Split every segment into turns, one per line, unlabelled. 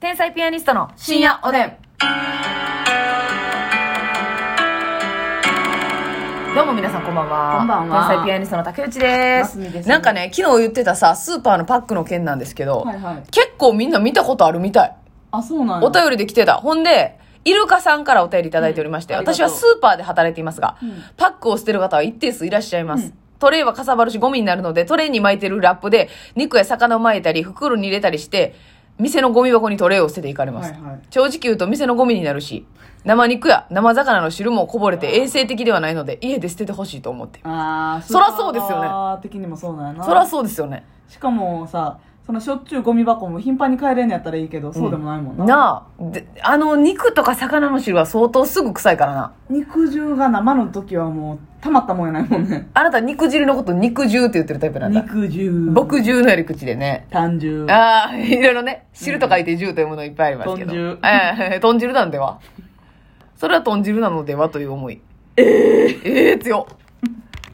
天才ピアニストの深夜おでん。どうも皆さんこんばんは。
こんばんは
天才ピアニストの竹内で。
ますみですす
なんかね、昨日言ってたさ、スーパーのパックの件なんですけど、
はいはい。
結構みんな見たことあるみたい。
あ、そうなんや
お便りで来てた。ほんで、イルカさんからお便りいただいておりまして、
うんありが
私
と
は
う
スーパーで働いていますが、
うん
パックを捨てる方は一定数いらっしゃいます。
うん
トレイはかさばるしゴミになるので、トレイに巻いてるラップで、肉や魚を巻いたり、袋に入れたりして、店のゴミ箱にトレイを捨てていかれます。
はいはい。
正直言うと店のゴミになるし、生肉や生魚の汁もこぼれて衛生的ではないので、家で捨ててほしいと思っています。
あー
そらそうですよね
スーパー的にもそうなんやな。
そらそうですよね。
しかもさ、そのしょっちゅうゴミ箱も頻繁に帰れんのやったらいいけど、そうでもないもんな。
なあ、であの肉とか魚の汁は相当すぐ臭いからな。
肉汁が生の時はもう、たまったもんやないもんね。
あなた肉汁のこと肉汁って言ってるタイプなんだ。
肉汁。
僕汁のやり口でね。
単汁。
ああ、いろいろね、汁と書いて汁というものいっぱいありますけど。
豚汁
ええ豚汁なんでは。それは豚汁なのではという思い。ええええ強っ。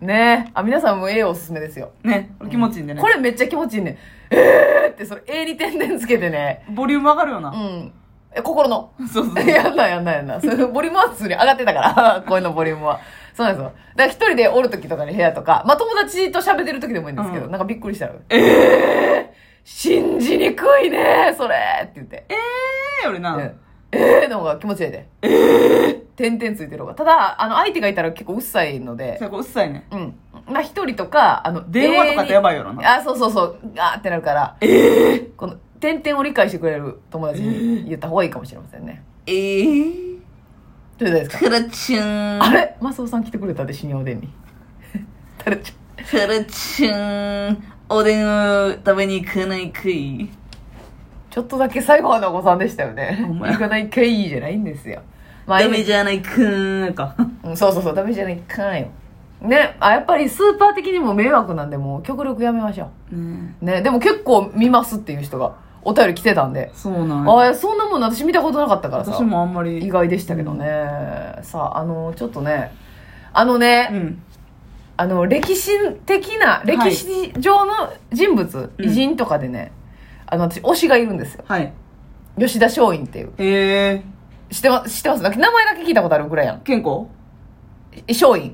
ねえ。あ、皆さんも A おすすめですよ。
ね、これ気持ちいいんでね。
これめっちゃ気持ちいいね。ええって、それ A に点々つけてね。
ボリューム上がるよ
う
な。
ん。え、心の。
そうそう。
やんなやんなやんな。それボリュームは普通に上がってたから、 声のボリュームは。そうなんですよ。だから一人でおる時とかの部屋とか、まあ友達と喋ってる時でもいいんですけど、
うん
なんかびっくりしたら、えー、信じにくいねそれって言って。
えーよりな。
うんえーの方が気持ちいいで。えー、点々ついてる方が。ただ、あの相手がいたら結構うっさいので
そ、れこうっさいね。
うん。まあ一人とか、あの、
電話とかってやばいよ
永
な
遠にあ、そうそうそう、あーってなるから、えー、この点々を理解してくれる友達に言った方がいいかもしれませんね。
えー。
どうですか
クラチュー
あれマスオさん来てくれたで、新おでん に。タルち
カラちゃん、おでんを食べに行かないくい。
ちょっとだけ最後はのお子さんでしたよね。
ほんまや
行かないかいじゃないんですよ。まあ、
じゃないくんか。
うんそうそうそう、ダメじゃないかんよ。ね、あ、やっぱりスーパー的にも迷惑なんで、もう極力やめましょ
ね
う。ね、でも結構見ますっていう人がお便り来てたんで。
そうなんや
ああ、そんなもん私見たことなかったからさ。
私もあんま
意
り。
外でしたけどね。さあ、あの、ちょっとね、あのね、
うん。
あの、歴史的な、
い
歴史上の人物、
うん
偉人とかでね、あの、私、推しがいるんですよ。
はい。
吉田松陰っていう。
えー、
知ってます、知ってますなんか名前だけ聞いたことあるぐらいやん。
健康
松陰。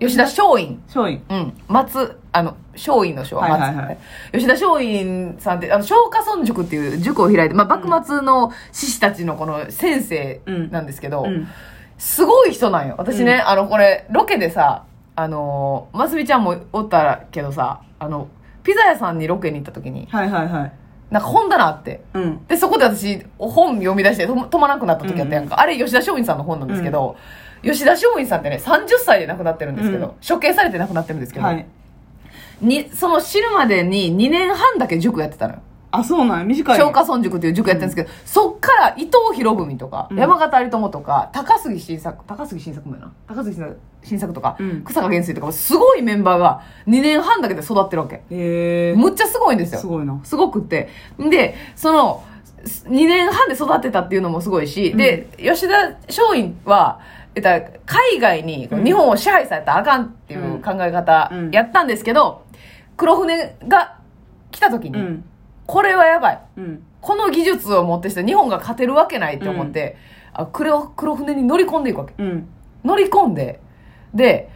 吉田松陰。
松陰。
うん。松、あの、松陰の松は松、
はいはいはい
吉田松陰さんって、あの、松下村塾っていう塾を開いて、まあ、幕末の志士たちのこの先生なんですけど、
うん。
すごい人なんよ。私ね、
う
あの、これ、ロケでさ、あのー、ますみちゃんもおったけどさ、あの、ピザ屋さんにロケに行った時に、
はいはいはい。
なんか本棚あって、
うん。
で、そこで私、本読み出してとも止まなくなった時あったやんか。あれ、吉田松陰さんの本なんですけど、吉田松陰さんってね、30歳で亡くなってるんですけど、
うん
処刑されて亡くなってるんですけど、
はい。
に、その死ぬまでに2年半だけ塾やってたのよ。
あ、そうなんや短い。
松下村塾っていう塾やってるんですけど、そっから伊藤博文とか、
うん
山形有朋とか、高杉晋作、高杉晋作もやな。高杉晋作とか、
うん
草加元帥とか、すごいメンバーが2年半だけで育ってるわけ。
えー。
むっちゃすごいんですよ。
すごいな。
すごくって。で、その、す2年半で育てたっていうのもすごいし、
うん
で、吉田松陰は、えったら海外に
うん
日本を支配されたらあかんっていう考え方
うん
やったんですけど、黒船が来た時
う
に、
ん。
これはやばい。
うん。
この技術を持ってして日本が勝てるわけないって思って、あ黒黒船に乗り込んでいくわけ。
うん。
乗り込んで、で、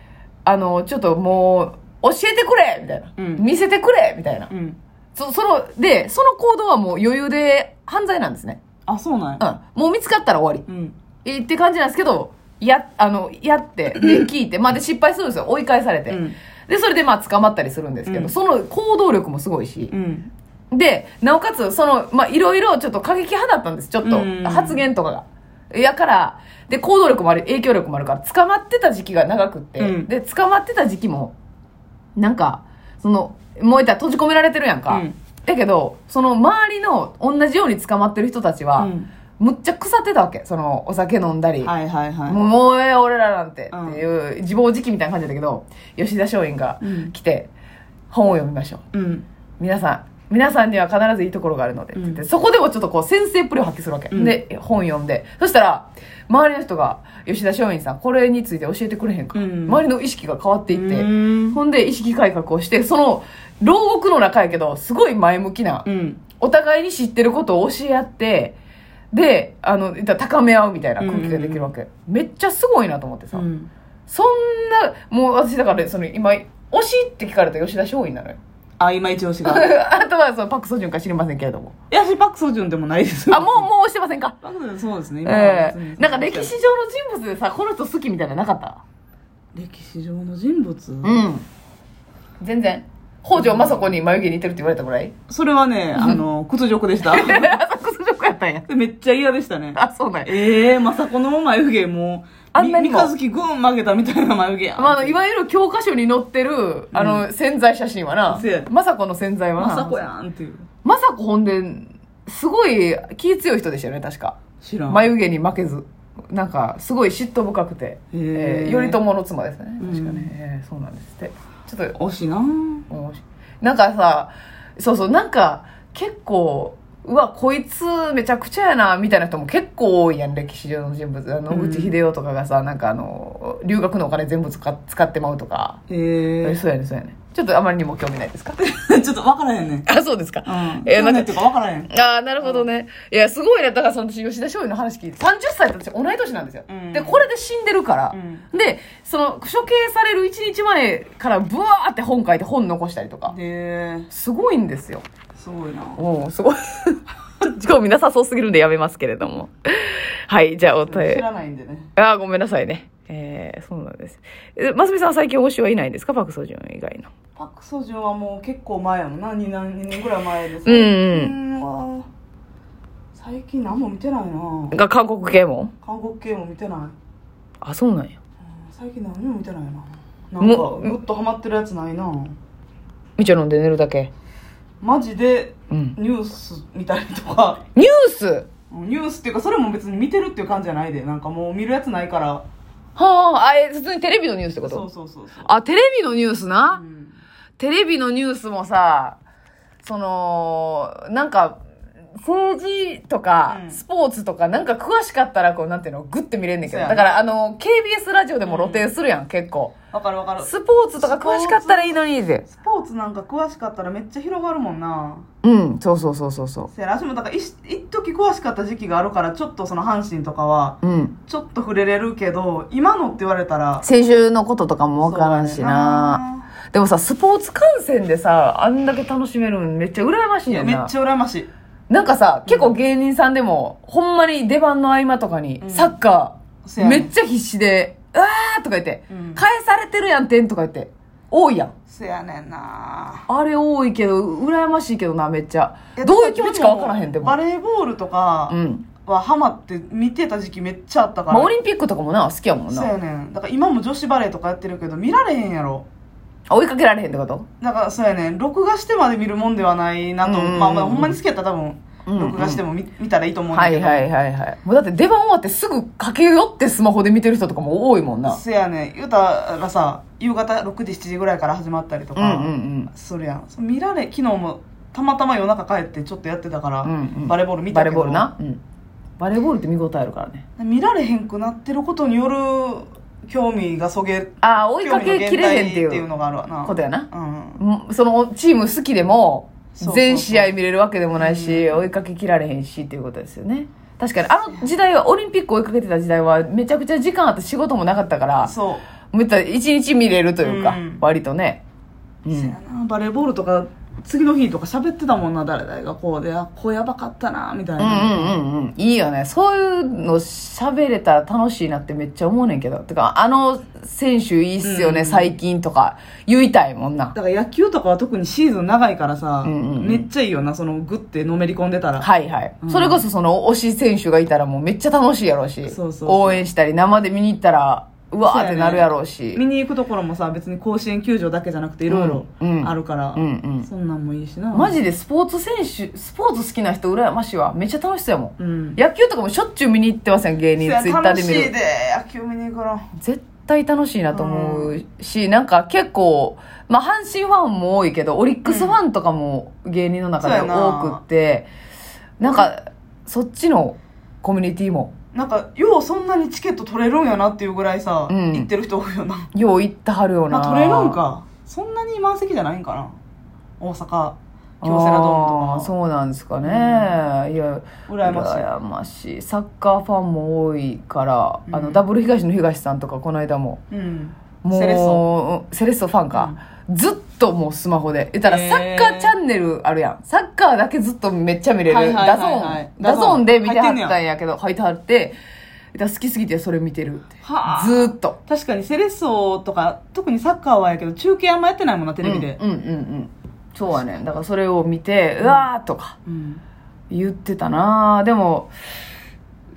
あの、ちょっともう、教えてくれみたいな、
うん
見せてくれみたいな。
うん。
そその、で、その行動はもう余裕で犯罪なんですね。
あ、そうなん
う
や
ん。もう見つかったら終わ
うん。
り。えーって感じなんですけど、や、あの、やって、で、 聞いて、まあ、で、失敗するんですよ。追い返されて。
うん
で、それで、まあ、捕まったりするんですけど、
うん
その行動力もすごいし
う。ん。
で、なおかつ、その、まあ、いろいろちょっと過激派だったんです。ちょっと
うん、
発言とかが。やから、で、行動力もある、影響力もあるから、捕まってた時期が長くって、
うん
で、捕まってた時期も、なんか、その、燃えたら閉じ込められてるやんか。
うん
だけど、その周りの同じように捕まってる人たちは、
うん
むっちゃ腐ってたわけ。その、お酒飲んだり、
はいはいはい。
もうもうええ俺らなんて、
うん
っていう、自暴自棄みたいな感じだったけど、吉田松陰が
うん
来て、本を読みましょう。
うん。
皆さん、皆さんには必ずいいところがあるので、って言って
うん
そこでもちょっとこう、先生プレーを発揮するわけ。
うん
で、本読んで。そしたら、周りの人が、吉田松陰さん、これについて教えてくれへんか。
うん
周りの意識が変わっていって、
うん
ほんで、意識改革をして、その、牢獄の中やけど、すごい前向きな、
うん。
お互いに知ってることを教え合って、で、あの、言ったら高め合うみたいな空気ができるわけ。めっちゃすごいなと思ってさ。
うん
そんな、もう私だから、その今、推しって聞かれた吉田松陰なのよ。
あ、今一押しが。 い
あとは、そのパクソジュンか知りませんけれど も。
や、し、パク・ソジュンでもないですよ
あ、もう、もう推してませんか
パク・ソジュン、そうですね。今は
え
別
え
に
なんか歴史上の人物でさ、この人好きみたいなのなかった
歴史上の人物、
うん。全然。北条政子に眉毛似てるって言われたぐらい
それはね、あの、屈辱でした。
あ、パクソジュンやったんや。
めっちゃ嫌でしたね。
あ、そうなんや。
ええー、まさこの眉毛もう、
あんなに
み
も
三日月ぐん曲げたみたいな眉毛やん。
まあ、あの、いわゆる教科書に載ってる、あの、潜在写真はな
そうや、
政子の潜在はな、
まさこやんっていう。
政子ほんで、すごい気強い人でしたよね、確か。
知らん。
眉毛に負けず。なんか、すごい嫉妬深くて。
へ
えー
ー
頼朝の妻ですね。
うん
確かね。えーそうなんですって。ちょっと、
推しなぁ
面白いなんかさ、そうそう、なんか、結構、うわ、こいつめちゃくちゃやな、みたいな人も結構多いやん、歴史上の人物。あの、
う
野
ん
口秀夫とかがさ、なんかあの、留学のお金全部使っ使ってまうとか。え
え
そうやね、そうやね。ちょっとあまりにも興味ないですか
ー、ちょっとわからへんね。
あ、そうですか。
うん。
えー
な
なんんか
かっていうかわからへん。
ああ、なるほどね。いや、すごいね。だから、その私、吉田松陰の話聞いて、30歳って私、同い年なんですよ。
うん
で、これで死んでるから。
う
で、その、処刑される1日前から、ブワーって本書いて本残したりとか。
えー、
すごいんですよ。
すごいなぁ
おおすごい。 ちょっと興味なさそうすぎるんでやめますけれども。はい、じゃあお
知
便り。
ら
あ
ないんでね。
あー、ごめんなさいね。えー、そうなんです。えますみさんは最近推しはいないんですかパクソジュン以外の。
パク・ソジュンはもう結構前やもんな。2、2年ぐらい前です。
うん
うーんわぁ最近何も見てないなぁ
が韓国系も
韓国系も見てない。うん
あ、そうなんや。
最近何も見てないななんか、
も
ぐっとハマってるやつないなぁ
みちょ飲んで寝るだけ。
マジで
うん。
ニュース見たりと か、
ニュース
ニュースっていうかそれも別に見てるっていう感じじゃないでなんかもう見るやつないから
はあ、あえ、普通にテレビのニュースってこ
そ
と
うそうそうそう
あ、テレビのニュースな、
うん
テレビのニュースもさ、その、なんか、政治とか
う、ん
スポーツとか、なんか詳しかったら、こう、なんていうの、グッて見れんねんけど。
そうや
だ
な
から、あの、KBS ラジオでも露呈するやん、結構。
わかるわかるス
スポーツとか詳しかったらいいのにで。
ポーツなんか詳しかったらめっちゃ広がるもんな
うん、そうそうそうそうそ
せやな私もだからいし一時詳しかった時期があるからちょっとその阪神とかは
う。うん。
ちょっと触れれるけど今のって言われたら
先週のこととかもわからんし
そうだね
な。でもさ、スポーツ観戦でさ、あんだけ楽しめるのめっちゃ羨ましい
い
ね
や
ん
めっ
な。
ちゃ羨ましい
なんかさ、結構芸人さんでも、ほんまに出番の合間とかに、
うん
サッカ
せ
ー、
やね
めっちゃ必死で、うわーとか言って、
うん
返されてるやん、点とか言って。多いやん。
せやねんな
あれ多いけど、羨ましいけどな、めっちゃ
いや。
どういう気持ちかわからへん、でも
バ。レーボールとか
うん。
はハマって見てた時期めっちゃあったか
まあ、
ら
オリンピックとかもな、好きやもん
そう
な。
やねんだから今も女子バレーとかやってるけど見られへんやろ
あ追いかけられへんってこと
だからそうやねん録画してまで見るもんではないなと、
うん
まあ、まあほんまに好きやったら多分
うん
録画しても見,、見たらいいと思うんだ
は
け
い
ど、
はいはいはい。もうだって出番終わってすぐ駆け寄ってスマホで見てる人とかも多いもんな。
せやねん言うたらさ夕方6時7時ぐらいから始まったりと
うんうん
かするやん、見られ昨日もたまたま夜中帰ってちょっとやってたから、
うん。うんうん、
バレーボール見
バ
たけ
レ
ど
ーボールな。うん。バレーボールって見応えあるからね。
見られへんくなってることによる興味がそげ
ああ、追いかけきれへんって
興味の減退って
い
いう
う
のがあるわな
ことやな。
うん
うんそのチーム好きでも
そうそうそう
全試合見れるわけでもないし追いかけきられへんしっていうことですよね確かにあの時代はオリンピック追いかけてた時代はめちゃくちゃ時間あって仕事もなかったから
そう
もういったら一日見れるというか、
うん
割とね、う
そ
ん
やなバレーボールとか次の日とか喋ってたもんな誰々がこうであこうやばかったなみたい
うんう
な、
んうんうんいいよねそういうの喋れたら楽しいなってめっちゃ思うねんけどてかあの選手いいっすよね、
うん
最近とか言いたいもんな
だから野球とかは特にシーズン長いからさ、
うんうんうん
めっちゃいいよなそのグッてのめり込んでたら、
はいはい、
うん
それこそその推し選手がいたらもうめっちゃ楽しいやろうし
そうそうそう
応援したり生で見に行ったらうわーってなるやろうし
見に行くところもさ別に甲子園球場だけじゃなくていろいろ
うんうん
あるから、
うんうん
そんなんもいいしな
マジでスポーツ選手スポーツ好きな人羨ましいわめっちゃ楽しそうやもん、
うん
野球とかもしょっちゅう見に行ってません芸
せ
人
や
ツイッターで見
楽しい
る
で野球見に行くの
絶対楽しいなと思うし、なんか結構まあ阪神ファンも多いけどオリックスファンとかも芸人の中で
そうやな
多くって、なんかそっちのコミュニティも
なんかようそんなにチケット取れるんやなっていうぐらいさ、
うん
行ってる人多いよな
よう行ってはるような、
まあ取れるんかそんなに満席じゃないんかな大阪京セラド
あ
ー
ー
ムとか
そうなんですかね、いや
羨ましい
羨ましいサッカーファンも多いから、あ
う
の
ん
ダブル東の東さんとかこの間も
うん
もう
セレッソ
セレッソファンか、ずっともうスマホで言ったら
へー
サッカーチャンネルあるやんサッカーだけずっとめっちゃ見れる、
はいはいはいはい
ダゾーンダゾーンで見ては
入ってんね
っ
や
たんやけど入ってはって言ったら好きすぎてそれ見てるって
はあ
ずーっと
確かにセレッソとか特にサッカーはやけど中継あんまやってないもんなテレビで、
うんうんうんうんそうやねんだからそれを見てうわーとか
うん
言ってたなあでも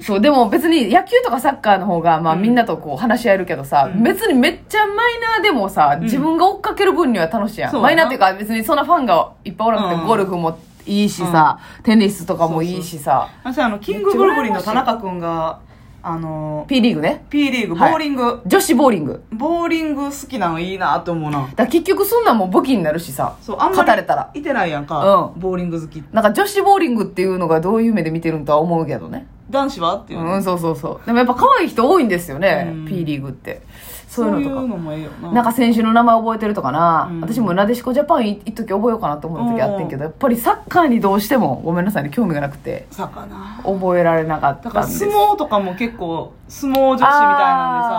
そうでも別に野球とかサッカーの方が、まあ、
うん
みんなとこう話し合えるけどさ、
うん
別にめっちゃマイナーでもさ、
ん
自分が追っかける分には楽しいやん
そうやな
マイナーっていうか別にそんなファンがいっぱいおらなくて、
うん
ゴルフもいいしさ、テニスとかもいいしさ
私あのキングブルブリンの田中君があの
P リーグね
P リーグボ
はい
ーリング、
女子ボーリング
ボーリング好きなのいいなと思う
だ
な
から結局そんなんも武器になるしさ
そうあんまり
語れたら
いてないやんか、
う
ボーリング好き
なんか女子ボーリングっていうのがどういう目で見てるんとは思うけどね
男子はっていう、
うん、そうそうそう。でもやっぱ可愛い人多いんですよね、
うん
P リーグって。そ
そうう
い
いう
の
う
とか。
のもええよな
なんか選手の名前覚えてるとかな、
うん
私もなでしこジャパンい一時覚えようかなと思った時あってんけど、やっぱりサッカーにどうしてもごめんなさいね興味がなくて
さかな
覚えられなかった
だ
ん
か
で
ら
す
相撲とかも結構相撲女子みたいなん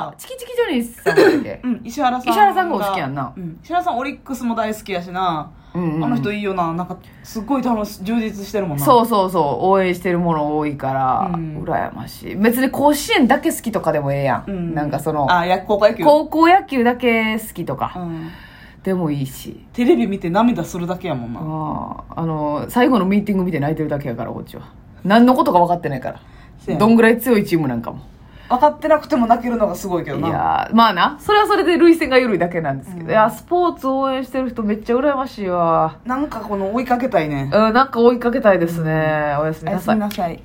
あー
で
チ
さ
キチキジョニーさんだっ け
うん、石原さん
石原さんがお好きやんな
うん、石原さんオリックスも大好きやしな、
うんうんうん
あの人いいよななんかすっごい楽し充実してるもんな
そううそうそう応援してるもの多いから、
うん
羨ましい別に甲子園だけ好きとかでもええやん、
ん、
なんかその
あや高校野球
高校野球だけ好きとか
うん、
でもいいし
テレビ見て涙するだけやもんな、
あああの最後のミーティング見て泣いてるだけやからこっちは何のことか分かってないか
せ
ら
や
どんぐらい強いチームなんかも
分かってなくても泣けるのがすごいけど
い
な
やーまあなそれはそれで涙腺が緩いだけなんですけど、
うん
いやースポーツ応援してる人めっちゃ羨ましいわ
なんかこの追いかけたいね
うんなんか追いかけたいですね、おやす
お
み
や
な
す
さい
みなさい